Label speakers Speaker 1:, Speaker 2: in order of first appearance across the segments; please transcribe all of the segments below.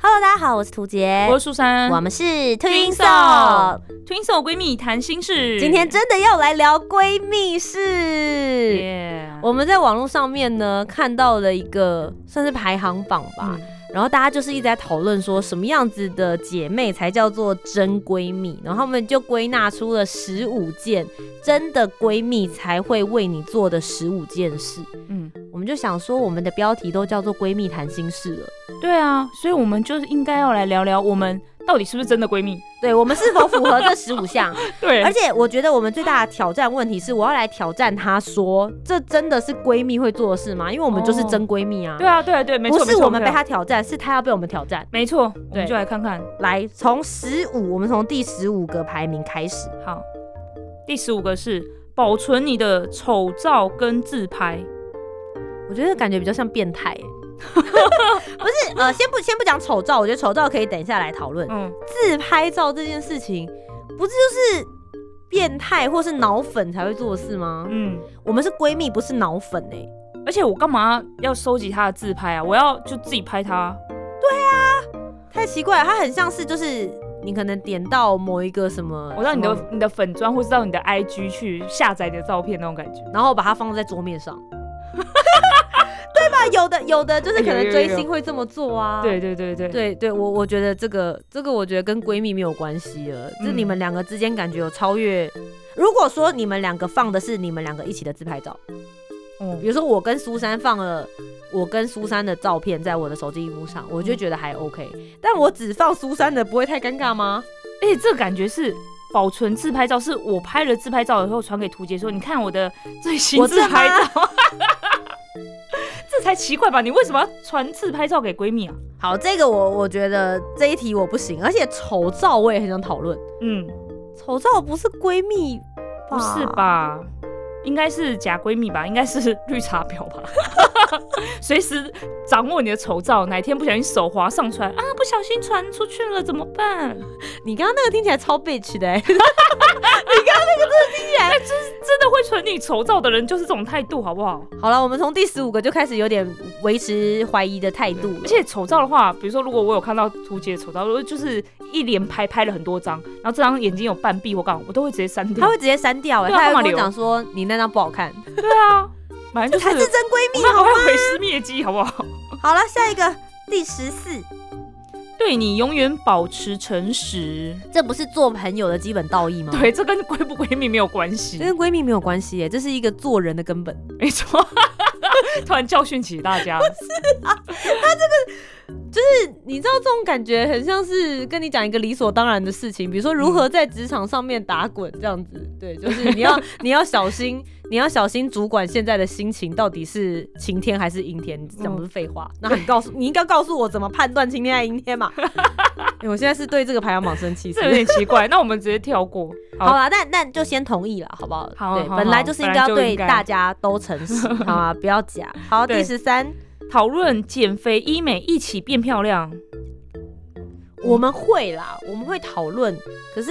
Speaker 1: Hello，大家好，我是涂杰，
Speaker 2: 我是苏珊，
Speaker 1: 我们是 Twins。
Speaker 2: Twins 闺蜜谈心事。
Speaker 1: 今天真的要来聊闺蜜事。
Speaker 2: 耶，
Speaker 1: 我们在网络上面呢看到了一个算是排行榜吧，
Speaker 2: 嗯
Speaker 1: 然后大家就是一直在讨论说什么样子的姐妹才叫做真闺蜜，然后他们就归纳出了十五件真的闺蜜才会为你做的十五件事。
Speaker 2: 嗯，
Speaker 1: 我们就想说，我们的标题都叫做“闺蜜谈心事”了，
Speaker 2: 对啊，所以我们就是应该要来聊聊我们到底是不是真 的闺蜜。
Speaker 1: 对我们是否符合这十五项？
Speaker 2: 对
Speaker 1: 而
Speaker 2: 而且
Speaker 1: 且我觉得我们最大的挑战问题是，我要来挑战她说，这真的是闺蜜会做的事吗？因为我们就是真闺蜜啊，
Speaker 2: 对啊，对啊对，没错，
Speaker 1: 不是
Speaker 2: 没错
Speaker 1: 我们被，
Speaker 2: 没错
Speaker 1: 她挑战，是她要被我们挑战。
Speaker 2: 没错，我
Speaker 1: 对
Speaker 2: 们就来看看。
Speaker 1: 来，从十五，我们从第十五个排名开始。
Speaker 2: 好，第十五个是保存你的丑照跟自拍。
Speaker 1: 我觉得感觉比较像变态、欸， 不是？呃，先不先不讲丑照，我觉得丑照可以等一下来讨论。
Speaker 2: 嗯，
Speaker 1: 自拍照这件事情，不是就是变态或是脑粉才会做的事吗？
Speaker 2: 嗯，
Speaker 1: 我们是闺蜜，不是脑粉哎、
Speaker 2: 而且我干嘛要收集他的自拍啊？我要就自己拍啊他。
Speaker 1: 太奇怪了，它很像是就是你可能点到某一个什么，
Speaker 2: 我到你
Speaker 1: 什么
Speaker 2: 的你的粉砖，或是到你的 IG 去下载你的照片那种感觉。
Speaker 1: 然后把它放在桌面 上，对吧？有的有的就是可
Speaker 2: 哎有有
Speaker 1: 能
Speaker 2: 有
Speaker 1: 追星会这么做啊，
Speaker 2: 对对对对，
Speaker 1: 对对，我我觉得这个这个我觉得跟闺蜜没有关系了，就
Speaker 2: 嗯
Speaker 1: 你们两个之间感觉有超越。如果说你们两个放的是你们两个一起的自拍照，比
Speaker 2: 嗯，
Speaker 1: 如说我跟苏珊放了我跟苏珊的照片在我的手机荧幕上，我
Speaker 2: 嗯
Speaker 1: 就觉得还 OK。但我只放苏珊的，不会太尴尬吗？
Speaker 2: 而且这个感觉是。保存自拍照是我拍了自拍照以后传给图姐说，你看我的最新
Speaker 1: 我
Speaker 2: 自
Speaker 1: 这
Speaker 2: 拍照，这才奇怪吧？你为什么要传自拍照给闺蜜啊？
Speaker 1: 好，这个我我觉得这一题我不行，而且丑照我也很想讨论。
Speaker 2: 嗯，
Speaker 1: 丑照不是闺蜜吧？
Speaker 2: 不是？吧？应该是假闺蜜吧？应该是 绿茶婊吧？随时掌握你的丑照，哪天不小心手滑上传啊，不小心传出去了怎么办？
Speaker 1: 你刚刚那个听起来超 bitch 的、欸， 你刚刚那个真的听起
Speaker 2: 真的会存你丑照的人就是这种态度，好不好？
Speaker 1: 来。好了，我们从第十五个就开始有点维持怀疑的态度了
Speaker 2: 而。且丑照的话，比如说如果我有看到图姐的丑照，如果就是一连拍拍了很多张，然后这张眼睛有半闭或干嘛，我都会直接删掉
Speaker 1: 他。会直接删掉哎、
Speaker 2: 对啊
Speaker 1: 他还
Speaker 2: 干嘛
Speaker 1: 会跟我
Speaker 2: 留
Speaker 1: 讲说你那张不好看，
Speaker 2: 对啊，反
Speaker 1: 这
Speaker 2: 正就
Speaker 1: 才
Speaker 2: 是
Speaker 1: 是真闺
Speaker 2: 我
Speaker 1: 蜜
Speaker 2: 们
Speaker 1: 好
Speaker 2: 好
Speaker 1: 吗？
Speaker 2: 像毁尸灭迹，好不好？
Speaker 1: 好了，下一个第十四，
Speaker 2: 对你永远保持诚实。
Speaker 1: 这不是做朋友的基本道义吗？，
Speaker 2: 对，这跟闺不闺蜜没有关系
Speaker 1: 这。跟闺蜜没有关系欸耶、这是一个做人的根本。
Speaker 2: 没错， 突然教训起大 家。
Speaker 1: 你知道这种感觉很像是跟你讲一个理所当然的事情，比如说如何在职场上面打滚这样子。对，就是你要你要小心，你要小心主管现在的心情到底是晴天还是阴天。你讲不是废 话，那你告诉你应该告诉我怎么判断晴天还是阴天嘛、欸我现在是对这个排行榜生气。是不
Speaker 2: 这有
Speaker 1: 是
Speaker 2: 点奇怪，那我们直接跳过。好
Speaker 1: 好啦，那那就先同意了，好不好？
Speaker 2: 好
Speaker 1: 对，
Speaker 2: 好
Speaker 1: 本
Speaker 2: 好
Speaker 1: 来就是应该要
Speaker 2: 本来就
Speaker 1: 对
Speaker 2: 应该
Speaker 1: 大家都诚实，好吗？不要假。好，第
Speaker 2: 对
Speaker 1: 十三，
Speaker 2: 讨论减肥、医美一起变漂亮。
Speaker 1: 我们会啦，我们会讨论，可是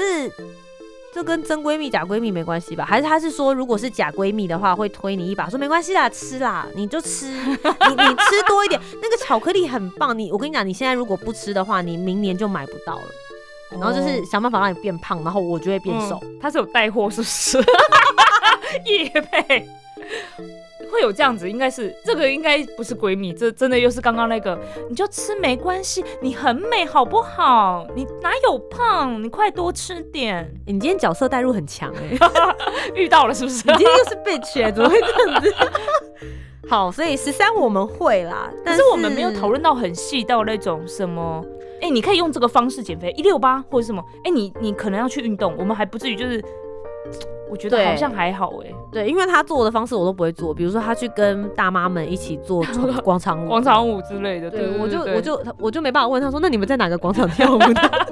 Speaker 1: 这跟真闺蜜、假闺蜜没关系吧？还是他是说，如果是假闺蜜的话，会推你一把，说没关系啦，吃啦，你就吃，你你吃多一点，那个巧克力很棒，你我跟你讲，你现在如果不吃的话，你明年就买不到了。然后
Speaker 2: 哦
Speaker 1: 就是想办法让你变胖，然后我就会变瘦。
Speaker 2: 嗯，他是有带货是不 是？叶配会有这样子，应该是这个应该不是闺蜜，这真的又是刚刚那个，你就吃没关系，你很美好不好？你哪有胖？你快多吃点。
Speaker 1: 你今天角色代入很强哎、
Speaker 2: 遇到了是不是？
Speaker 1: 你今天又是 bitch 哎、怎么会这样子？ 好，所以十三我们会啦，但
Speaker 2: 可
Speaker 1: 是
Speaker 2: 是我们没有讨论到很细到那种什么，哎、你可以用这个方式减肥，一六八或者什么，哎、你你可能要去运动，我们还不至于就是，我觉得
Speaker 1: 对
Speaker 2: 好像还好哎、
Speaker 1: 对，因为他做的方式我都不会做，比如说他去跟大妈们一起做 广场舞，
Speaker 2: 广场舞之类的，
Speaker 1: 对
Speaker 2: 对，
Speaker 1: 我就
Speaker 2: 对
Speaker 1: 我就他我就没办法问他说，那你们在哪个广场跳舞的？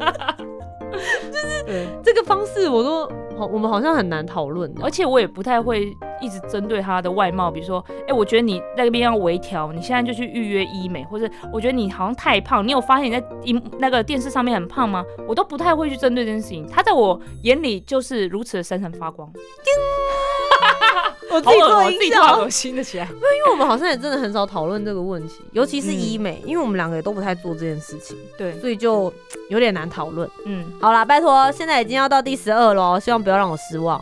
Speaker 2: 对
Speaker 1: 这个方式我都好，我们好像很难讨论的
Speaker 2: 而。且我也不太会
Speaker 1: 嗯
Speaker 2: 一直针对他的外貌，比如说，哎、我觉得你那边要微调，你现在就去预约医美，或者我觉得你好像太胖，你有发现你在荧那个电视上面很胖吗？我都不太会去针对这件事情，他在我眼里就是如此的闪闪发光，
Speaker 1: 我自
Speaker 2: 好
Speaker 1: 己
Speaker 2: 恶
Speaker 1: 做
Speaker 2: 我自己
Speaker 1: 音
Speaker 2: 突然
Speaker 1: 效，
Speaker 2: 恶心了起来。
Speaker 1: 因为我们好像也真的很少讨论这个问题，尤其是医美，因为我们两个也都不太做这件事情，
Speaker 2: 对，
Speaker 1: 所以就有点难讨论。
Speaker 2: 嗯，
Speaker 1: 好啦，拜托，现在已经要到第十二喽，希望不要让我失望。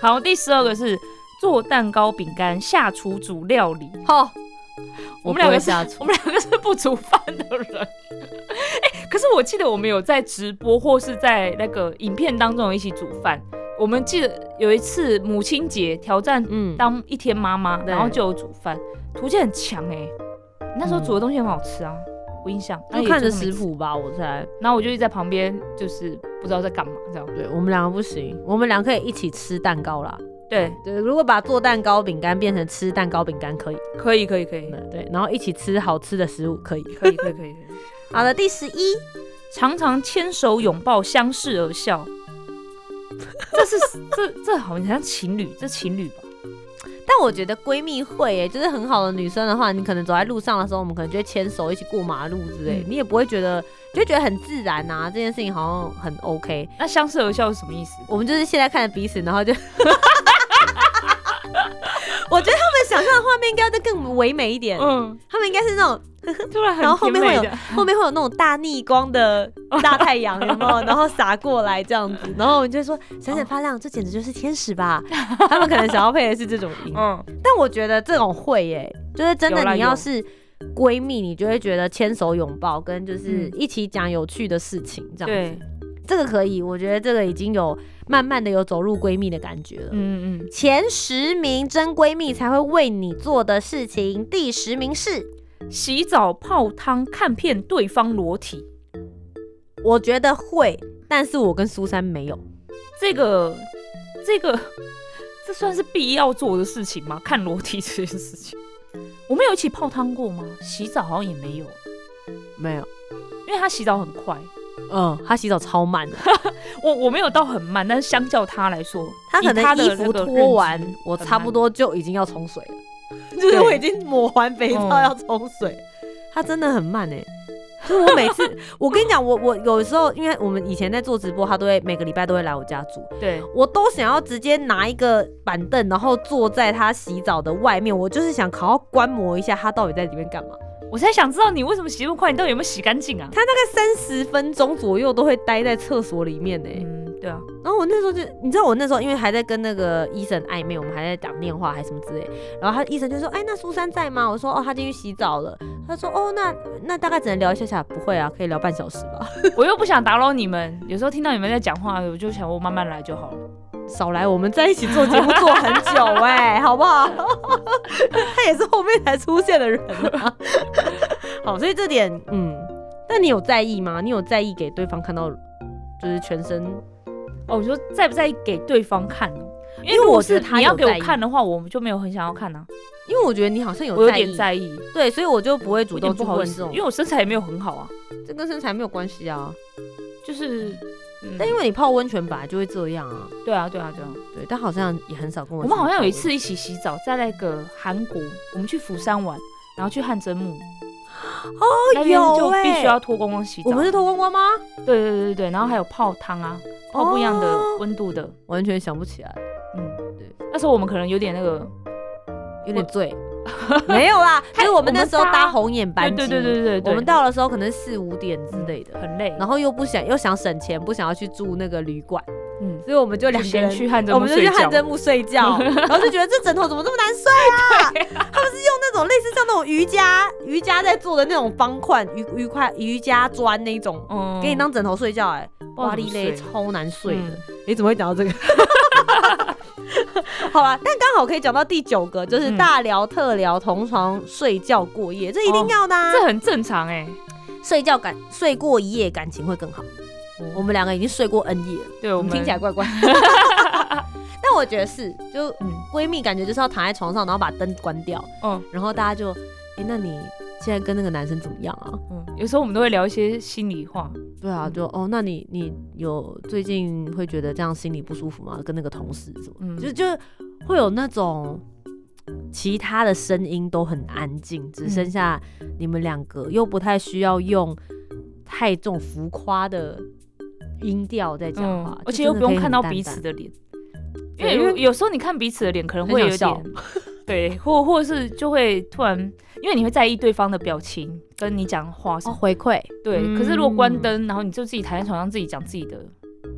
Speaker 2: 好，第十二个是做蛋糕、饼干、下厨煮料理。
Speaker 1: 好，
Speaker 2: 我
Speaker 1: 我
Speaker 2: 们
Speaker 1: 们两
Speaker 2: 两个
Speaker 1: 个
Speaker 2: 是
Speaker 1: 下厨
Speaker 2: 我，们两个是不煮饭的人。 哎、可是我记得我们有在直播或是在那个影片当中有一起煮饭。我们记得有一次母亲节挑战
Speaker 1: 嗯，
Speaker 2: 当一天妈妈，
Speaker 1: 对
Speaker 2: 然后就有煮饭，图鉴很强哎、你那时候煮的东西很好吃啊，我印象。
Speaker 1: 就看着食
Speaker 2: 师傅，
Speaker 1: 谱吧，我猜。
Speaker 2: 然后我就一直在旁边，就是不知道在干嘛这样。
Speaker 1: 对我们两个不行，我们俩可以一起吃蛋糕啦。
Speaker 2: 对，
Speaker 1: 对，如果把做蛋糕、饼干变成吃蛋糕、饼干可以。
Speaker 2: 可以，可以，可以，
Speaker 1: 对，然后一起吃好吃的食物可以。
Speaker 2: 可以，可以，可以。可以
Speaker 1: 好的，第十一，
Speaker 2: 常常牵手拥抱，相视而笑。 这是这这好像情侣，这情侣吧？
Speaker 1: 但我觉得闺蜜会耶，就是很好的女生的话，你可能走在路上的时候，我们可能就会牵手一起过马路之类，
Speaker 2: 嗯
Speaker 1: 你也不会觉得，就觉得很自然啊，这件事情好像很 OK。
Speaker 2: 那相视而笑是什么意思？
Speaker 1: 我们就是现在看着彼此，然后 就。 我觉得他们想象的画面应该要再更唯美一点，
Speaker 2: 嗯，
Speaker 1: 他们应该是那种
Speaker 2: 突然很
Speaker 1: 然后后面会有
Speaker 2: 甜美的
Speaker 1: 后面会有那种大逆光 的大太阳，有没有？然后洒过来这样子，然后我们就会说闪闪发亮，这简直就是天使 吧？他们可能想要配的是这种音，
Speaker 2: 嗯，
Speaker 1: 但我觉得这种会耶、就是真
Speaker 2: 有啦
Speaker 1: 的，你
Speaker 2: 有
Speaker 1: 要是闺蜜，你就会觉得牵手拥抱跟就是
Speaker 2: 嗯
Speaker 1: 一起讲有趣的事情这样子，
Speaker 2: 对，
Speaker 1: 这个可以，我觉得这个已经有慢慢的有走入闺蜜的感觉了。
Speaker 2: 嗯嗯，
Speaker 1: 前十名真闺蜜才会为你做的事情，第十名是
Speaker 2: 嗯洗澡泡汤看遍对方裸体，
Speaker 1: 我觉得会，但是我跟苏珊没有。
Speaker 2: 这个这个 这算是必要做的事情吗？看裸体这件事情，我们有一起泡汤过吗？洗澡好像也没有，
Speaker 1: 没有，
Speaker 2: 因为他洗澡很快，
Speaker 1: 嗯，他洗澡超慢的，
Speaker 2: 我我没有到很慢，但是相较他来说，
Speaker 1: 他可
Speaker 2: 以他
Speaker 1: 能
Speaker 2: 的
Speaker 1: 衣服
Speaker 2: 那个
Speaker 1: 脱完
Speaker 2: 认知，
Speaker 1: 我
Speaker 2: 很
Speaker 1: 差
Speaker 2: 慢
Speaker 1: 不多就已经要冲水了， 就是我已经抹完肥皂
Speaker 2: 嗯
Speaker 1: 要冲水，他真的很慢 哎、就是我每次，我跟你讲，我我有时候，因为我们以前在做直播，他都会每个礼拜都会来我家住，
Speaker 2: 对，
Speaker 1: 我都想要直接拿一个板凳，然后坐在他洗澡的外面，我就是想好好观摩一下他到底在里面干嘛。
Speaker 2: 我才想知道你为什么洗那么快，你到底有没有洗干净啊？
Speaker 1: 他大概三十分钟左右都会待在厕所里面呢、欸
Speaker 2: 嗯，对啊，
Speaker 1: 然后我那时候就，你知道我那时候因为还在跟那个医生暧昧，我们还在讲电话还什么之类。然后他医生就说：“哎，那苏珊在吗？”我说：“哦，她进去洗澡了。”他说：“哦，那那大概只能聊一下下，不会啊，可以聊半小时吧，
Speaker 2: 我又不想打扰你们，有时候听到你们在讲话，我就想我慢慢来就好了。
Speaker 1: 少来，我们在一起做节目做很 久哎、好不好？” 他也是后面才出现的人啊。 好，所以这点，嗯，那你有在意吗？你有在意给对方看到就是全身？
Speaker 2: 哦，我说在不在意给对方看呢？
Speaker 1: 因
Speaker 2: 因
Speaker 1: 为
Speaker 2: 如果
Speaker 1: 我觉得
Speaker 2: 是
Speaker 1: 他
Speaker 2: 你要
Speaker 1: 有
Speaker 2: 给我
Speaker 1: 在意
Speaker 2: 看的话，我就没有很想要看啊，
Speaker 1: 因为我觉得你好像有
Speaker 2: 我有
Speaker 1: 在意，
Speaker 2: 点在意，
Speaker 1: 对，所以我就不会
Speaker 2: 我
Speaker 1: 主
Speaker 2: 有点
Speaker 1: 动
Speaker 2: 不
Speaker 1: 去
Speaker 2: 好
Speaker 1: 问
Speaker 2: 意
Speaker 1: 这
Speaker 2: 思，
Speaker 1: 种
Speaker 2: 因，为我身材也没有很好啊，
Speaker 1: 这跟身材没有关系啊。
Speaker 2: 就是，嗯
Speaker 1: 但因为你泡温泉本来就会这样啊，
Speaker 2: 对啊，对啊，对啊，
Speaker 1: 对，但好像也很少跟我。
Speaker 2: 我们好像有一，次一起洗澡，在那个韩国，我们去釜山玩，然后去汗蒸木，哦，那边
Speaker 1: 有
Speaker 2: 就必
Speaker 1: 欸
Speaker 2: 须要脱光光洗澡
Speaker 1: 我，们嗯是脱光光吗？
Speaker 2: 对对对对对，然后还有泡汤啊，泡不一样的温度的，
Speaker 1: 哦完全想不起来，
Speaker 2: 嗯，对，那时候我们可能有点那个，
Speaker 1: 有点 醉。没有啦，
Speaker 2: 还
Speaker 1: 还有我们那时候
Speaker 2: 我们搭
Speaker 1: 搭红眼班
Speaker 2: 对
Speaker 1: 机，
Speaker 2: 对对对对对，
Speaker 1: 我们到的时候可能四五点之类的，
Speaker 2: 很累，
Speaker 1: 然后又不想又想省钱，不想要去住那个旅馆，
Speaker 2: 嗯，
Speaker 1: 所以我们就两
Speaker 2: 就
Speaker 1: 个
Speaker 2: 先
Speaker 1: 人
Speaker 2: 去汗蒸
Speaker 1: 我
Speaker 2: 木
Speaker 1: 们就
Speaker 2: 睡
Speaker 1: 去
Speaker 2: 觉
Speaker 1: 汗，蒸木睡 觉，然后就觉得这枕头怎么这么难睡啊？他们是用那种类似像那种瑜伽瑜伽在做的那种方块瑜瑜块瑜伽砖那种，
Speaker 2: 嗯
Speaker 1: 给你当枕头睡觉、哎，
Speaker 2: 不知
Speaker 1: 哦
Speaker 2: 道
Speaker 1: 哇，
Speaker 2: 怎么
Speaker 1: 力累
Speaker 2: 睡
Speaker 1: 超难睡的。
Speaker 2: 嗯
Speaker 1: 你怎么会讲到这个？ 好啦，但刚好可以讲到第九个，就是
Speaker 2: 嗯
Speaker 1: 大聊特聊同床睡觉过夜，这一定要的、啊
Speaker 2: 这很正常哎，
Speaker 1: 睡觉感睡过一夜感情会更好。我们两个已经睡过 N 夜了。
Speaker 2: 嗯对我
Speaker 1: 我
Speaker 2: 们
Speaker 1: 们听起来，怪 怪。但我觉得是，就
Speaker 2: 嗯
Speaker 1: 闺蜜感觉就是要躺在床上，然后把灯关掉，
Speaker 2: 嗯，
Speaker 1: 然后大家就，哎、那你现在跟那个男生怎么样啊？
Speaker 2: 嗯，有时候我们都会聊一些心里话，
Speaker 1: 对
Speaker 2: 嗯
Speaker 1: 啊，就哦，那你你有最近会觉得这样心里不舒服吗？跟那个同事怎么？
Speaker 2: 嗯，
Speaker 1: 就就会有那种其他的声音都很安静，只
Speaker 2: 嗯
Speaker 1: 剩下你们两个，又不太需要用太这种浮夸的音调在讲话、
Speaker 2: 嗯而且又不用看到彼此
Speaker 1: 的，
Speaker 2: 的脸，因
Speaker 1: 对
Speaker 2: 为
Speaker 1: 因为
Speaker 2: 有有时候你看彼此的脸可能会有
Speaker 1: 很想
Speaker 2: 点， 对，或或是就会突然，因为你会在意对方的表情跟你讲话什
Speaker 3: 哦，
Speaker 2: 么，
Speaker 3: 回馈
Speaker 2: 对。
Speaker 1: 嗯
Speaker 2: 可是如果关灯，然后你就自己躺在床上自己讲自己的，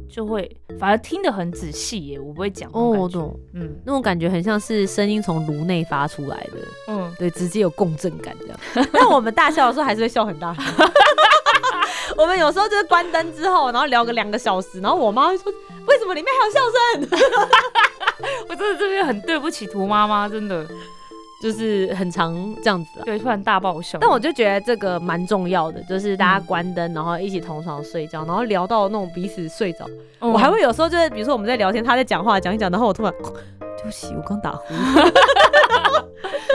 Speaker 2: 就会反而听得很仔细耶，我不会讲那
Speaker 1: 哦，我
Speaker 2: 种感觉，
Speaker 1: 懂，
Speaker 2: 嗯
Speaker 1: 那种感觉很像是声音从颅内发出来的，
Speaker 2: 嗯，
Speaker 1: 对，直接有共振感 这样。但我们大笑的时候还是会笑很大声。 我们有时候就是关灯之后，然后聊个两个小时，然后我妈会说：“为什么里面还有笑声
Speaker 2: 我真的这边很对不起涂妈妈，真的，？”
Speaker 1: 就是很常这样子啊。
Speaker 2: 对，突然大爆笑。
Speaker 1: 但我就觉得这个蛮重要的，就是大家关灯，然后一起同床睡觉，然后聊到那种彼此睡着。
Speaker 2: 嗯
Speaker 1: 我还会有时候就是，比如说我们在聊天，他在讲话，讲一讲，然后我突然，哦对不起，我刚打呼，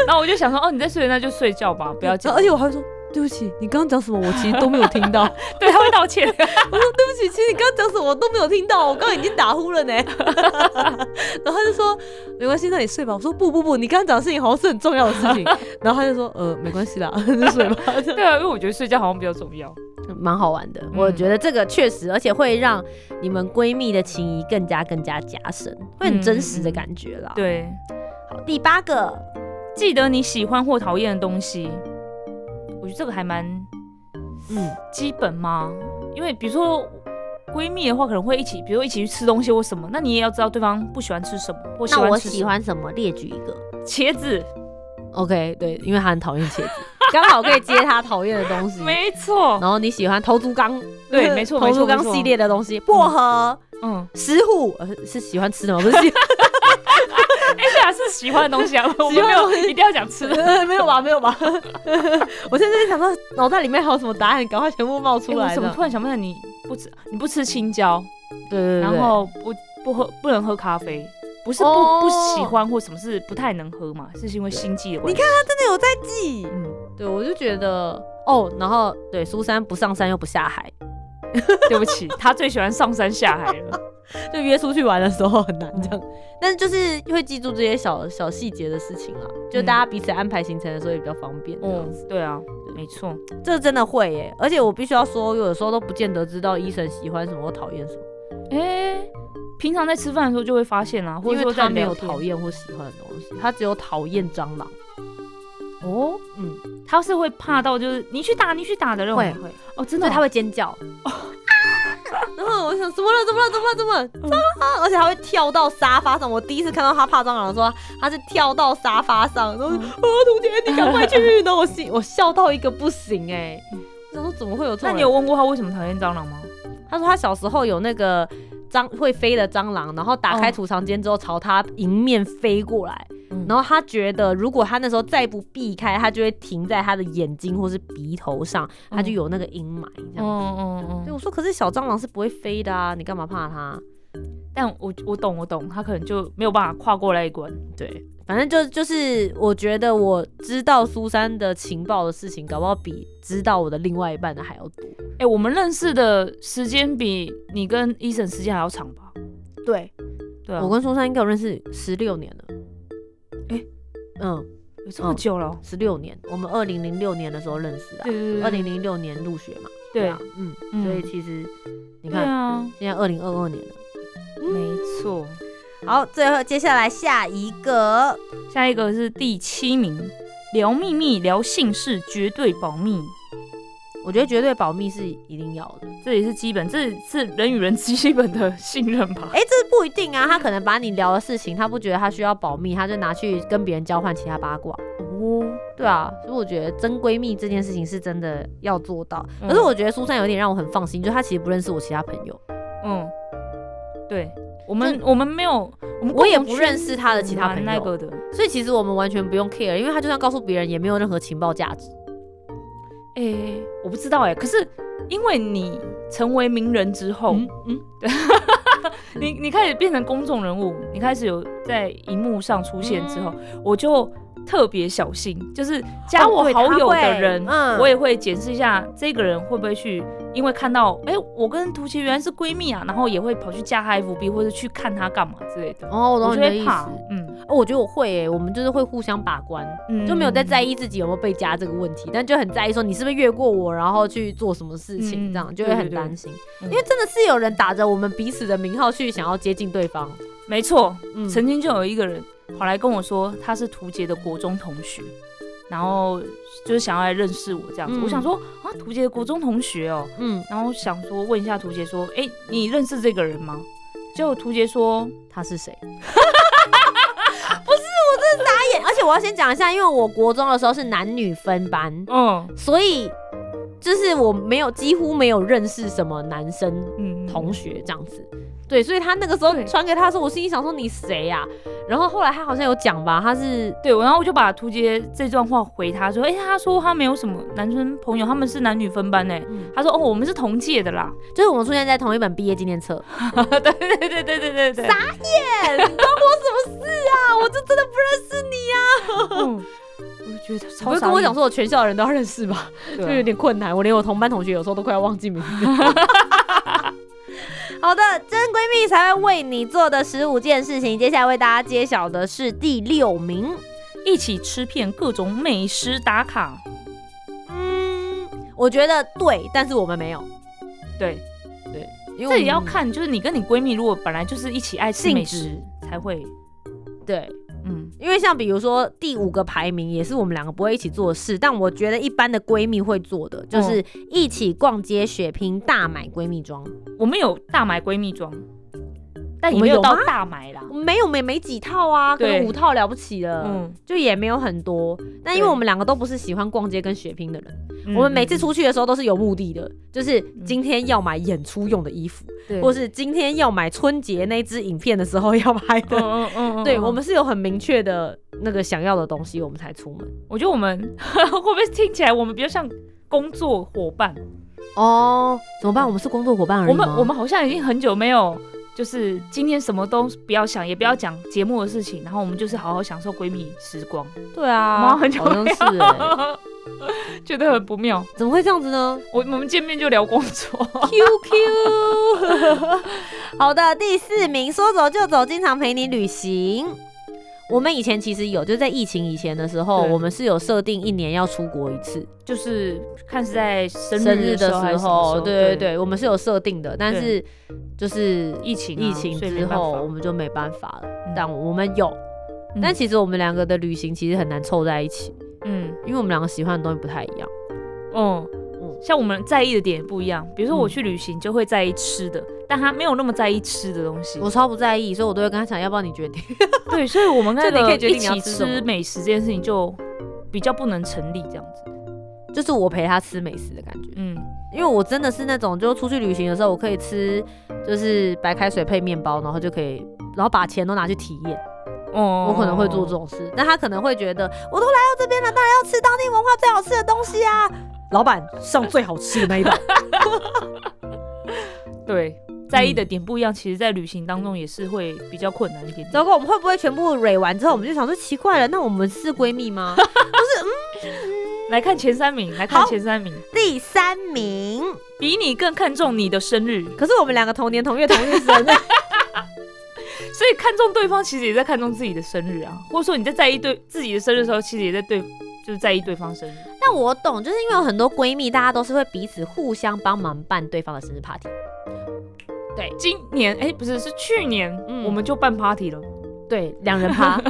Speaker 2: 然后我就想说，哦，你在睡，那就睡觉吧，不
Speaker 1: 不
Speaker 2: 要 讲。
Speaker 1: 而且我还会说，对不起，你刚刚讲什么？我其实都没有听到。对
Speaker 2: 对，他会道歉。
Speaker 1: 不起，其实你刚刚讲什么我都没有听到，我刚刚已经打呼了呢。 然后他就说没关系，那你睡吧。我说不不不，你刚刚讲的事情好像是很重要的事情。然后他就说呃没关系啦， 就睡吧。
Speaker 2: 对啊，因为我觉得睡觉好像比较重要。
Speaker 1: 蛮好玩的，我觉得这个确实，而且会让你们闺蜜的情谊更加更加加深，会很真实的感觉啦。
Speaker 2: 对，
Speaker 1: 好，第八个，
Speaker 2: 记得你喜欢或讨厌的东西，我觉得这个还蛮
Speaker 1: 嗯，
Speaker 2: 基本嘛。因为比如说闺蜜的话，可能会一起，比如说一起去吃东西或什么，那你也要知道对方不喜欢吃什么或喜
Speaker 1: 那
Speaker 2: 欢
Speaker 1: 我
Speaker 2: 吃什
Speaker 1: 喜
Speaker 2: 么。
Speaker 1: 欢什么？列举一个。
Speaker 2: 茄子，
Speaker 1: OK，对，因为他很讨厌茄子，刚好可以接他讨厌的东西。
Speaker 2: 没错，
Speaker 1: 然后你喜欢头足纲，
Speaker 2: 对没错
Speaker 1: 头足
Speaker 2: 没
Speaker 1: 纲
Speaker 2: 错
Speaker 1: 系列的东西，薄荷、
Speaker 2: 嗯，
Speaker 1: 石虎，呃，是喜欢吃的吗？不是喜
Speaker 2: 哎，对啊，是喜欢的东西啊， 我们
Speaker 1: 喜
Speaker 2: 没
Speaker 1: 欢的东
Speaker 2: 有
Speaker 1: 西
Speaker 2: 一定要讲吃 的。
Speaker 1: 欢，没有吧，没有吧。 我现在在想说，脑袋里面还有什么答案，赶快全部冒
Speaker 2: 哎
Speaker 1: 出
Speaker 2: 我
Speaker 1: 来
Speaker 2: 怎么
Speaker 1: 的。
Speaker 2: 突然想不起来你不吃你不吃青椒，
Speaker 1: 对对对，
Speaker 2: 然后不不喝不能喝咖啡，不是不、
Speaker 1: 哦
Speaker 2: 不喜欢或什么，是不太能喝嘛，是因为心悸的关系。
Speaker 1: 真的有在记。
Speaker 2: 嗯，
Speaker 1: 对，我就觉得哦，然后对，苏珊不上山又不下海，
Speaker 2: 对不起， 他最喜欢上山下海了。
Speaker 1: 就约出去玩的时候很难这样。嗯但是就是会记住这些小小细节的事情啦，就大家彼此安排行程的时候也比较方便。嗯，
Speaker 2: 嗯，对啊，没错。
Speaker 1: 这真的会耶，而且我必须要说，有的时候都不见得知道医生喜欢什么或讨厌什么，
Speaker 2: 哎、平常在吃饭的时候就会发现啊，或者
Speaker 1: 因
Speaker 2: 说
Speaker 1: 为
Speaker 2: 在
Speaker 1: 他没有
Speaker 2: 聊天
Speaker 1: 讨，厌或喜欢的东西，他只有讨厌蟑螂。哦，嗯，
Speaker 2: 他是会怕到就是你去打你去打的那种。
Speaker 1: 会会，
Speaker 2: 哦，真
Speaker 1: 所
Speaker 2: 的
Speaker 1: 以
Speaker 2: 哦，
Speaker 1: 他会尖叫。 然后我想怎么了？怎么了？怎么了？怎么了？嗯 蟑螂！啊而且还会跳到沙发上。我第一次看到他怕蟑螂的时候，他是跳到沙发上，然后说：“啊，童姐，你赶快去！”然后我心我笑到一个不行哎、我想说怎么会有这种
Speaker 2: 那
Speaker 1: 人？
Speaker 2: 你有问过他为什么讨厌蟑螂吗？
Speaker 1: 他说他小时候有那个蟑会飞的蟑螂，然后打开
Speaker 2: 哦
Speaker 1: 储藏间之后朝他迎面飞过来，
Speaker 2: 嗯
Speaker 1: 然后他觉得如果他那时候再不避开，他就会停在他的眼睛或是鼻头上，他就有那个阴霾这样。
Speaker 2: 嗯嗯
Speaker 1: 对，
Speaker 2: 嗯。
Speaker 1: 我说可是小蟑螂是不会飞的啊，你干嘛怕它？
Speaker 2: 但我我懂我懂，他可能就没有办法跨过那一关。
Speaker 1: 对，反正就就是我觉得我知道苏珊的情报的事情，搞不好比知道我的另外一半的还要多。
Speaker 2: 哎、我们认识的时间比你跟医生时间还要长吧？
Speaker 1: 对，
Speaker 2: 对啊，
Speaker 1: 我跟苏珊应该有认识十六年了。
Speaker 2: 诶
Speaker 1: 嗯，
Speaker 2: 有这么久了哦、
Speaker 1: 十六年，我们二零零六年的时候认识的、啊
Speaker 2: 对对对，
Speaker 1: 嗯二零零六年入学嘛，
Speaker 2: 对
Speaker 1: 啊，嗯，
Speaker 2: 嗯
Speaker 1: 所以其实你
Speaker 2: 对
Speaker 1: 看，嗯
Speaker 2: 啊，
Speaker 1: 现在二零二二年了。
Speaker 2: 没错。
Speaker 1: 好，最后接下来下一个，
Speaker 2: 下一个是第七名，聊秘密、聊姓氏绝对保密，
Speaker 1: 我觉得绝对保密是一定要的。
Speaker 2: 这也是基本，这是人与人基本的信任吧？
Speaker 1: 哎、这不一定
Speaker 2: 嗯
Speaker 1: 啊，他可能把你聊的事情，他不觉得他需要保密，他就拿去跟别人交换其他八卦。
Speaker 2: 哦，
Speaker 1: 对啊，所以我觉得真闺蜜这件事情是真的要做到。
Speaker 2: 嗯
Speaker 1: 可是我觉得苏珊有点让我很放心，就是她其实不认识我其他朋友，
Speaker 2: 嗯，对，我们我们没有，我们
Speaker 1: 我也
Speaker 2: 共同
Speaker 1: 不
Speaker 2: 圈
Speaker 1: 认识她的其他
Speaker 2: 蛮
Speaker 1: 朋
Speaker 2: 那
Speaker 1: 友，
Speaker 2: 个的。
Speaker 1: 所以其实我们完全不用 care，因为她就算告诉别人也没有任何情报价值。
Speaker 2: 哎、我不知道哎、可是因为你成为名人之后，
Speaker 1: 嗯嗯，
Speaker 2: 你
Speaker 1: 嗯
Speaker 2: 你开始变成公众人物，你开始有在荧幕上出现之后，我就特别小心，就是
Speaker 1: 啊
Speaker 2: 加我好友的人，
Speaker 1: 哦对他会嗯
Speaker 2: 我也会检视一下这个人会不会去，因为看到哎、我跟涂琪原来是闺蜜啊，然后也会跑去加她 FB 或者去看她干嘛之类的，
Speaker 1: 哦，我懂
Speaker 2: 我
Speaker 1: 你
Speaker 2: 就
Speaker 1: 的意
Speaker 2: 会
Speaker 1: 思。
Speaker 2: 怕
Speaker 1: 哦，
Speaker 2: 嗯
Speaker 1: 我觉得我会耶，我们就是会互相把关，
Speaker 2: 嗯
Speaker 1: 就没有在在意自己有没有被加这个问题，但就很在意说你是不是越过我，然后去做什么事情，
Speaker 2: 嗯
Speaker 1: 这样就
Speaker 2: 对
Speaker 1: 会
Speaker 2: 对
Speaker 1: 很
Speaker 2: 对
Speaker 1: 担心。
Speaker 2: 嗯
Speaker 1: 因为真的是有人打着我们彼此的名号去想要接近对方，
Speaker 2: 没错，
Speaker 1: 嗯，
Speaker 2: 曾经就有一个人跑来跟我说，他是图杰的国中同学，然后就是想要来认识我这样子。
Speaker 1: 嗯
Speaker 2: 我想说啊，图杰的国中同学哦，
Speaker 1: 嗯，
Speaker 2: 然后想说问一下图杰说，哎、你认识这个人
Speaker 1: 嗯
Speaker 2: 吗？结果图杰说，
Speaker 1: 他是谁？ 不是，我真的傻眼。而且我要先讲一下，因为我国中的时候是男女分班，
Speaker 2: 嗯
Speaker 1: 所以就是我没有几乎没有认识什么男生
Speaker 2: 嗯，
Speaker 1: 同学这样子。对，所以他那个时候
Speaker 2: 对
Speaker 1: 传给他的时候，我心里想说你谁呀、然后后来他好像有讲吧，他是
Speaker 2: 对，然后我就把图杰这段话回他说，哎、他说他没有什么男生朋友，他们是男女分班哎、
Speaker 1: 嗯
Speaker 2: 他说哦，我们是同届 的啦。
Speaker 1: 就是我们出现在同一本毕业纪念 册。
Speaker 2: 对对对对对对 对。
Speaker 1: 傻眼，哎关我什么事啊？我就真的不认识你啊！
Speaker 2: 嗯我就觉得
Speaker 1: 你
Speaker 2: 超
Speaker 1: 不会跟我讲
Speaker 2: 说，
Speaker 1: 说我全校的人都要认识吧？
Speaker 2: 对
Speaker 1: 就有
Speaker 2: 啊
Speaker 1: 点困难，我连我同班同学有时候都快要忘记名字。 好的，真闺蜜才会为你做的十五件事情，接下来为大家揭晓的是第六名。
Speaker 2: 一起吃遍各种美食打卡。
Speaker 1: 嗯，我觉得对，但是我们没有，
Speaker 2: 对，
Speaker 1: 因为我
Speaker 2: 这
Speaker 1: 们
Speaker 2: 也要看，就是你跟你闺蜜如果本来就是一起爱吃美
Speaker 1: 性
Speaker 2: 食
Speaker 1: 质，
Speaker 2: 才会，
Speaker 1: 对，
Speaker 2: 嗯，
Speaker 1: 因为像比如说第五个排名也是我们两个不会一起做的事，但我觉得一般的闺蜜会做的，就是
Speaker 2: 嗯
Speaker 1: 一起逛街血拼大买闺蜜装。
Speaker 2: 我们有大买闺蜜装，但也
Speaker 1: 我们
Speaker 2: 没
Speaker 1: 有
Speaker 2: 有到
Speaker 1: 吗
Speaker 2: 大买啦
Speaker 1: 我。们没有没没几套啊，可能
Speaker 2: 对
Speaker 1: 五套了不起了，
Speaker 2: 嗯，
Speaker 1: 就也没有很多。但因为
Speaker 2: 对
Speaker 1: 我们两个都不是喜欢逛街跟血拼的人，
Speaker 2: 嗯
Speaker 1: 我们每次，出去的时候都是有目的的，就是今天要买演出用的衣服，或
Speaker 2: 我是，
Speaker 1: 是今天要买春节那支影片的时候要拍
Speaker 2: 嗯
Speaker 1: 的。
Speaker 2: 嗯嗯，嗯
Speaker 1: 对，
Speaker 2: 嗯
Speaker 1: 我们是有很明确的那个想要的东西，我们才出门。
Speaker 2: 我觉得我们 会不会听起来我们比较像工作伙伴？
Speaker 1: 哦，怎么办？我们是工作伙伴而已
Speaker 2: 嗯我们
Speaker 1: 吗
Speaker 2: 我们好像已经很久没有。就是今天什么都不要想，也不要讲节目的事情，然后我们就是好好享受闺蜜时光。
Speaker 1: 对
Speaker 2: 我们
Speaker 1: 啊，
Speaker 2: 好很久
Speaker 1: 好像
Speaker 2: 没有
Speaker 1: 是、欸，
Speaker 2: 觉得很不妙。
Speaker 1: 怎么会这样子呢
Speaker 2: 我我们见面就聊 工作，
Speaker 1: ？QQ，好 的，第四名，说走就走，经常陪你旅行。我们以前其实有，就在疫情以前的时候，
Speaker 2: 对
Speaker 1: 我们是有设定一年要出国一次，
Speaker 2: 就是看是在生
Speaker 1: 生
Speaker 2: 日
Speaker 1: 日的
Speaker 2: 时候还是
Speaker 1: 时
Speaker 2: 什么
Speaker 1: 候，对对，对，我们是有设定的，但是就是
Speaker 2: 疫情啊
Speaker 1: 疫情
Speaker 2: 所以
Speaker 1: 之
Speaker 2: 没办
Speaker 1: 后，
Speaker 2: 法
Speaker 1: 我们就没办法了。
Speaker 2: 嗯
Speaker 1: 但我们有，
Speaker 2: 嗯
Speaker 1: 但其实我们两个的旅行其实很难凑在一起，
Speaker 2: 嗯
Speaker 1: 因为我们两个喜欢的东西不太一样。
Speaker 2: 哦
Speaker 1: 嗯。
Speaker 2: 像我们在意的点也不一样，比如说我
Speaker 1: 嗯
Speaker 2: 去旅行就会在意吃的，但他没有那么在意吃的东西。
Speaker 1: 我超不在意，所以我都会跟他讲，要不要你决定？
Speaker 2: 对，所以我们那
Speaker 1: 就你可
Speaker 2: 个
Speaker 1: 以决定
Speaker 2: 一
Speaker 1: 你要
Speaker 2: 起
Speaker 1: 吃什么
Speaker 2: 吃美食这件事情就比较不能成立这样子。
Speaker 1: 就是我陪他吃美食的感觉，
Speaker 2: 嗯，
Speaker 1: 因为我真的是那种，就出去旅行的时候，我可以吃就是白开水配面包，然后就可以，然后把钱都拿去体验。
Speaker 2: 哦
Speaker 1: 我可能会做这种事，但他可能会觉得，我都来到这边了，当然要吃当地文化最好吃的东西啊。老板上最好吃的那一 道，
Speaker 2: 对，嗯在意的点不一样，其实在旅行当中也是会比较困难一点点。
Speaker 1: 糟糕，我们会不会全部蕊完之后，我们就想说奇怪了，那我们是闺蜜吗？
Speaker 2: 来看前三名，来看
Speaker 1: 好
Speaker 2: 前三名，
Speaker 1: 第三名，
Speaker 2: 比你更看重你的生日，
Speaker 1: 可是我们两个同年同月同日生，
Speaker 2: 所以看重对方其实也在看重自己的生日啊，或者说你在在意对自己的生日的时候，其实也在对就是在意对方生日。
Speaker 1: 但我懂，就是因为有很多闺蜜，大家都是会彼此互相帮忙办对方的生日 party。
Speaker 2: 对，今年哎、不是是去年、
Speaker 1: 嗯
Speaker 2: 我们就办 party 了，
Speaker 1: 对，两人趴，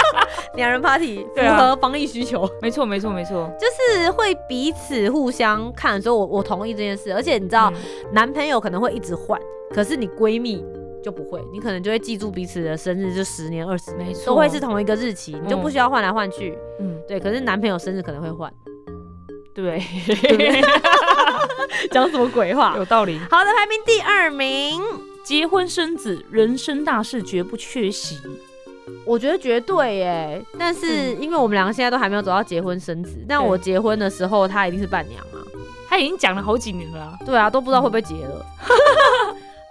Speaker 1: 两人 party 符
Speaker 2: 对啊
Speaker 1: 合防疫需求，
Speaker 2: 没错没错没错。
Speaker 1: 就是会彼此互相看，所以我我同意这件事。而且你知道，
Speaker 2: 嗯
Speaker 1: 男朋友可能会一直换，可是你闺蜜就不会，你可能就会记住彼此的生日，就十年、二十年
Speaker 2: 没错
Speaker 1: 都会是同一个日期，你就不需要换来换去。
Speaker 2: 嗯，
Speaker 1: 对，可是男朋友生日可能会换，
Speaker 2: 对，
Speaker 1: 讲什么鬼话？
Speaker 2: 有道理。
Speaker 1: 好的，排名第二名，
Speaker 2: 结婚生子，人生大事绝不缺席。
Speaker 1: 我觉得绝对耶。但是因为我们两个现在都还没有走到结婚生子，但
Speaker 2: 嗯对
Speaker 1: 我结婚的时候她一定是伴娘啊。
Speaker 2: 他已经讲了好几年了啊、
Speaker 1: 对啊，都不知道会不会结 了。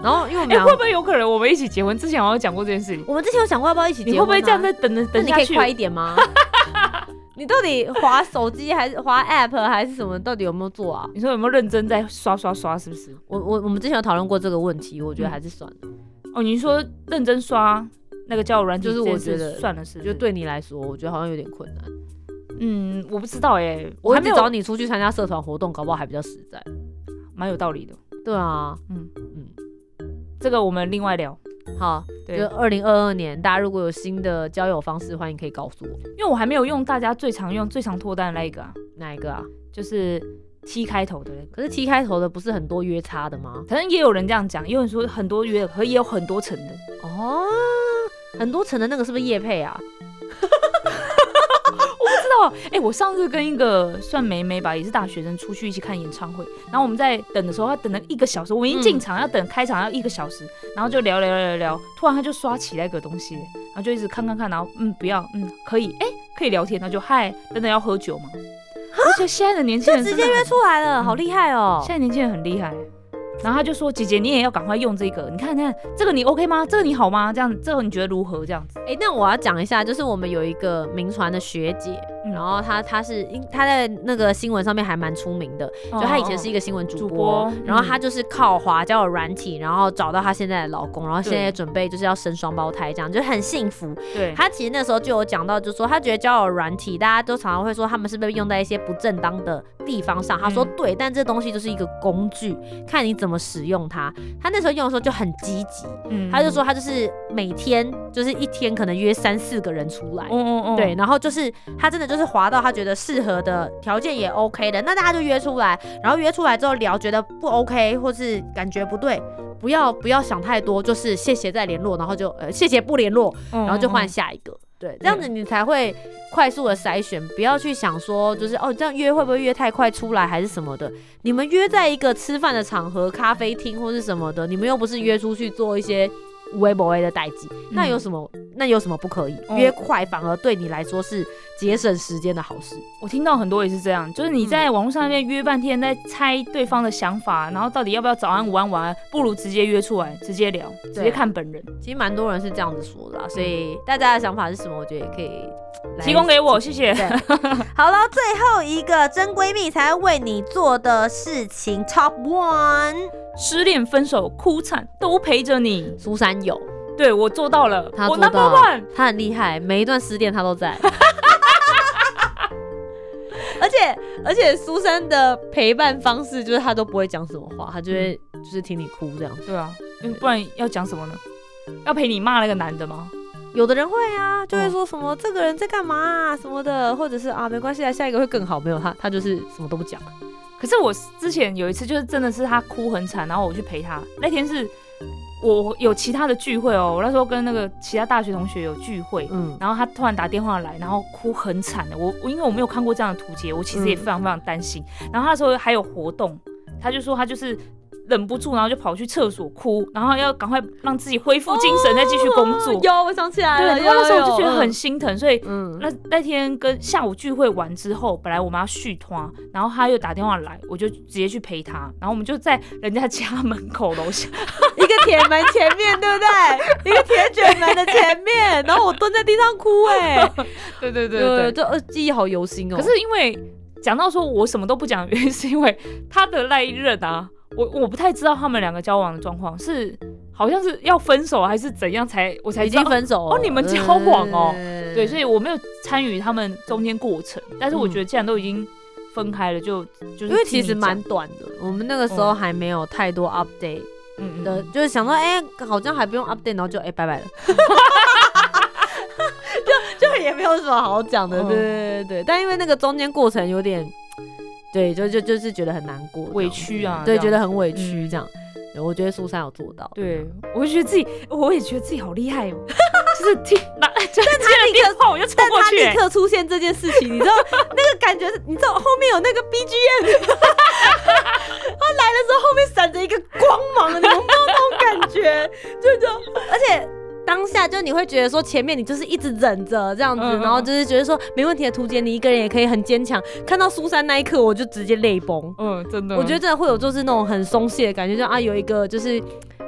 Speaker 1: 然后因为我们
Speaker 2: 哎、
Speaker 1: 俩，
Speaker 2: 会不会有可能我们一起结婚？之前好像讲过这件事情。
Speaker 1: 我们之前有想过要不要一起结
Speaker 2: 你
Speaker 1: 婚、啊，
Speaker 2: 会不会这样再等着
Speaker 1: 那
Speaker 2: 等
Speaker 1: 你
Speaker 2: 下
Speaker 1: 可
Speaker 2: 去？
Speaker 1: 以快一点吗？你到底滑手机还是滑 App 还是什么？到底有没有做啊？
Speaker 2: 你说有没有认真在刷刷刷？是不是？
Speaker 1: 我我我们之前有讨论过这个问题，我觉得还是算了。
Speaker 2: 哦，你说认真刷那个交友软体
Speaker 1: 就
Speaker 2: 这
Speaker 1: 是
Speaker 2: 件
Speaker 1: 我
Speaker 2: 事，
Speaker 1: 觉得
Speaker 2: 算了是不是
Speaker 1: 就，对你来说，我觉得好像有点困难。
Speaker 2: 嗯，我不知道哎、
Speaker 1: 我
Speaker 2: 还
Speaker 1: 还
Speaker 2: 没
Speaker 1: 是
Speaker 2: 有
Speaker 1: 找你出去参加社团活动，搞不好还比较实在。
Speaker 2: 蛮有道理的。
Speaker 1: 对啊，
Speaker 2: 这个我们另外聊，
Speaker 1: 好，
Speaker 2: 对
Speaker 1: 就二零二二年，大家如果有新的交友方式，欢迎可以告诉我
Speaker 2: 因为我还没有用大家最常用、最常脱单的那一个啊，
Speaker 1: 哪一个啊？
Speaker 2: 就是 T 开头的那个。
Speaker 1: 可是 T 开头的不是很多约差的吗？
Speaker 2: 可能也有人这样讲，也有人说很多约，可也有很多层的。
Speaker 1: 哦，很多层的那个是不是叶配啊？
Speaker 2: 哎、我上次跟一个算妹妹吧，也是大学生，出去一起看演唱会。然后我们在等的时候，她等了一个小时，我们已经进
Speaker 1: 嗯
Speaker 2: 场，要等开场要一个小时，然后就聊聊聊聊聊，突然她就刷起那个东西，然后就一直看看看，然后嗯不要，嗯可以，哎、可以聊天，那就嗨，等等要喝酒嘛。而且现在的年轻人
Speaker 1: 直
Speaker 2: 真
Speaker 1: 接
Speaker 2: 的很
Speaker 1: 约出来了，
Speaker 2: 嗯
Speaker 1: 好厉害哦
Speaker 2: 现！在年轻人很厉害。然后他就说：“姐姐，你也要赶快用这个，你看看这个你 OK 吗？这个你好吗？这样，这个你觉得如何？这样子，
Speaker 1: 哎、那我要讲一下，就是我们有一个名传的学姐，
Speaker 2: 嗯
Speaker 1: 然后她她是因她在那个新闻上面还蛮出名的，
Speaker 2: 就
Speaker 1: 就她以前是一个新闻哦主
Speaker 2: 哦主
Speaker 1: 播，嗯
Speaker 2: 播嗯
Speaker 1: 然后她就是靠滑交友软体，然后找到她现在的老公，然后现在
Speaker 2: 对
Speaker 1: 准备就是要生双胞胎，这样就很幸福。
Speaker 2: 对，
Speaker 1: 她其实那时候就有讲到，就说她觉得交友软体，大家都常常会说他们是被用在一些不正当的地方上。她说
Speaker 2: 嗯
Speaker 1: 对，但这东西就是一个工具，看你怎么使用它。她那时候用的时候就很积极，
Speaker 2: 嗯
Speaker 1: 她就说，她就是每天就是一天可能约三四个人出来。
Speaker 2: 嗯嗯嗯，
Speaker 1: 对，，然后就是他真的就是滑到他觉得适合的条件也 OK 的，那大家就约出来，然后约出来之后聊，觉得不 OK 或是感觉不对，不要不要想太多，就是谢谢再联络，然后就呃谢谢不联络，
Speaker 2: 然
Speaker 1: 然后就
Speaker 2: 嗯
Speaker 1: 换下一个。对，这样子你才会快速的筛选，不要去想说就是哦，这样约会不会约太快出来还是什么的。你们约在一个吃饭的场合、咖啡厅或是什么的，你们又不是约出去做一些无微不微的代际，那有什么那有什么不可以？
Speaker 2: 嗯
Speaker 1: 约快反而对你来说是节省时间的好事。
Speaker 2: 我听到很多也是这样，就是你在网络上面约半天，在猜对方的想法，然后到底要不要早安、午安、晚安，不如直接约出来，直接聊，直接看本人，
Speaker 1: 其实蛮多人是这样子说的啦，所以大家的想法是什么，我觉得也可以来
Speaker 2: 嗯提供给我，谢谢。
Speaker 1: 对，好了，最后一个真闺蜜才为你做的事情 Top One，
Speaker 2: 失恋、分手、哭惨都陪着你，
Speaker 1: 苏珊有，
Speaker 2: 对我做到了，
Speaker 1: 她
Speaker 2: 我
Speaker 1: 做
Speaker 2: number
Speaker 1: 到
Speaker 2: one。
Speaker 1: 她很厉害，每一段失恋她都 在。而且而且，苏珊的陪伴方式就是她都不会讲什么话，她就会就是听你哭这样。
Speaker 2: 对啊，嗯不然要讲什么呢？要陪你骂那个男的吗？
Speaker 1: 有的人会啊，就会说什么、这个人在干嘛、啊、什么的，或者是啊没关系啊，下一个会更好。没有她，她就是什么都不讲。
Speaker 2: 可是我之前有一次，就是真的是他哭很惨，然后我去陪他。那天是我有其他的聚会哦，我那时候跟那个其他大学同学有聚会，
Speaker 1: 嗯，
Speaker 2: 然后他突然打电话来，然后哭很惨的。我我因为我没有看过这样的图解，我其实也
Speaker 1: 嗯
Speaker 2: 非常非常担心。然后他那时候还有活动，他就说他就是忍不住，然后就跑去厕所哭，然后要赶快让自己恢复精神，再继续工作。
Speaker 1: 哦有，我想起来
Speaker 2: 对，
Speaker 1: 了，
Speaker 2: 然后那时候我就觉得
Speaker 1: 有
Speaker 2: 很心疼，所以
Speaker 1: 嗯，
Speaker 2: 那那天跟下午聚会完之后，本来我们要续团，然后他又打电话来，我就直接去陪他，然后我们就在人家家门口楼下，
Speaker 1: 一个铁门前面，对不对？一个铁卷门的前面，然后我蹲在地上哭、哎，
Speaker 2: 对 对 对
Speaker 1: 对，这呃记忆好犹新哦。
Speaker 2: 可是因为讲到说我什么都不讲，原因是因为他的那一任啊，我我不太知道他们两个交往的状况是好像是要分手还是怎样才我才
Speaker 1: 已
Speaker 2: 知道
Speaker 1: 经分手
Speaker 2: 哦你们交往哦
Speaker 1: 嗯
Speaker 2: 对，所以我没有参与他们中间过程，但是我
Speaker 1: 嗯
Speaker 2: 觉得既然都已经分开了，就就是
Speaker 1: 因为
Speaker 2: 听
Speaker 1: 其
Speaker 2: 你
Speaker 1: 实
Speaker 2: 讲
Speaker 1: 蛮短的，我们那个时候还没有太多 update
Speaker 2: 嗯嗯
Speaker 1: 的，就是想说，哎、好像还不用 update，然后就哎、拜拜了。 就就也没有什么好讲的，
Speaker 2: 嗯
Speaker 1: 对对对对。但因为那个中间过程有点，对，就就就是觉得很难过，
Speaker 2: 委屈啊，
Speaker 1: 对，
Speaker 2: 这样
Speaker 1: 觉得很委屈
Speaker 2: 嗯
Speaker 1: 这样。对我觉得苏珊有做到，
Speaker 2: 对，我就觉得自己，我也觉得自己好厉害哦， 就是听 那，就是接了电 话我就冲
Speaker 1: 但
Speaker 2: 过
Speaker 1: 他
Speaker 2: 去、
Speaker 1: 立刻出现这件事情，你知道那个感觉是，你知道后面有那个 BGM，他来的时候后面闪着一个光芒，你有没有那种感觉？就就，而且。当下就你会觉得说前面你就是一直忍着这样子，
Speaker 2: 嗯嗯嗯
Speaker 1: 然后就是觉得说没问题的图姐，你一个人也可以很坚强。看到苏珊那一刻，我就直接泪崩。
Speaker 2: 嗯，真的，
Speaker 1: 我觉得真的会有就是那种很松懈的感觉，就啊有一个就是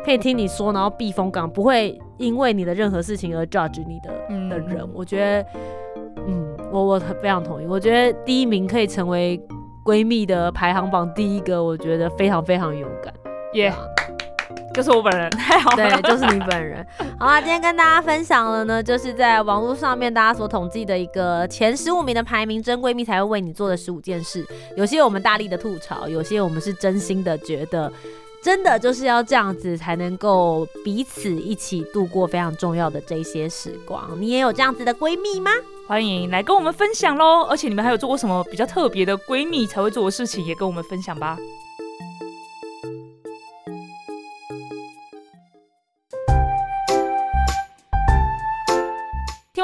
Speaker 1: 可以听你说，然后避风港，不会因为你的任何事情而 judge 你的、
Speaker 2: 嗯
Speaker 1: 的人。我觉得，嗯，我我很非常同意，我觉得第一名可以成为闺蜜的排行榜第一个，我觉得非常非常勇敢。
Speaker 2: 耶、就是我本人， 太好 了
Speaker 1: 对，，就是你本人。好啦，今天跟大家分享了呢，就是在网络上面大家所统计的一个前十五名的排名，真闺蜜才会为你做的十五件事。有些我们大力的吐槽，有些我们是真心的觉得。真的就是要这样子才能够彼此一起度过非常重要的这些时光。你也有这样子的闺蜜吗？
Speaker 2: 欢迎来跟我们分享喽！而且你们还有做过什么比较特别的闺蜜才会做的事情，也跟我们分享吧。听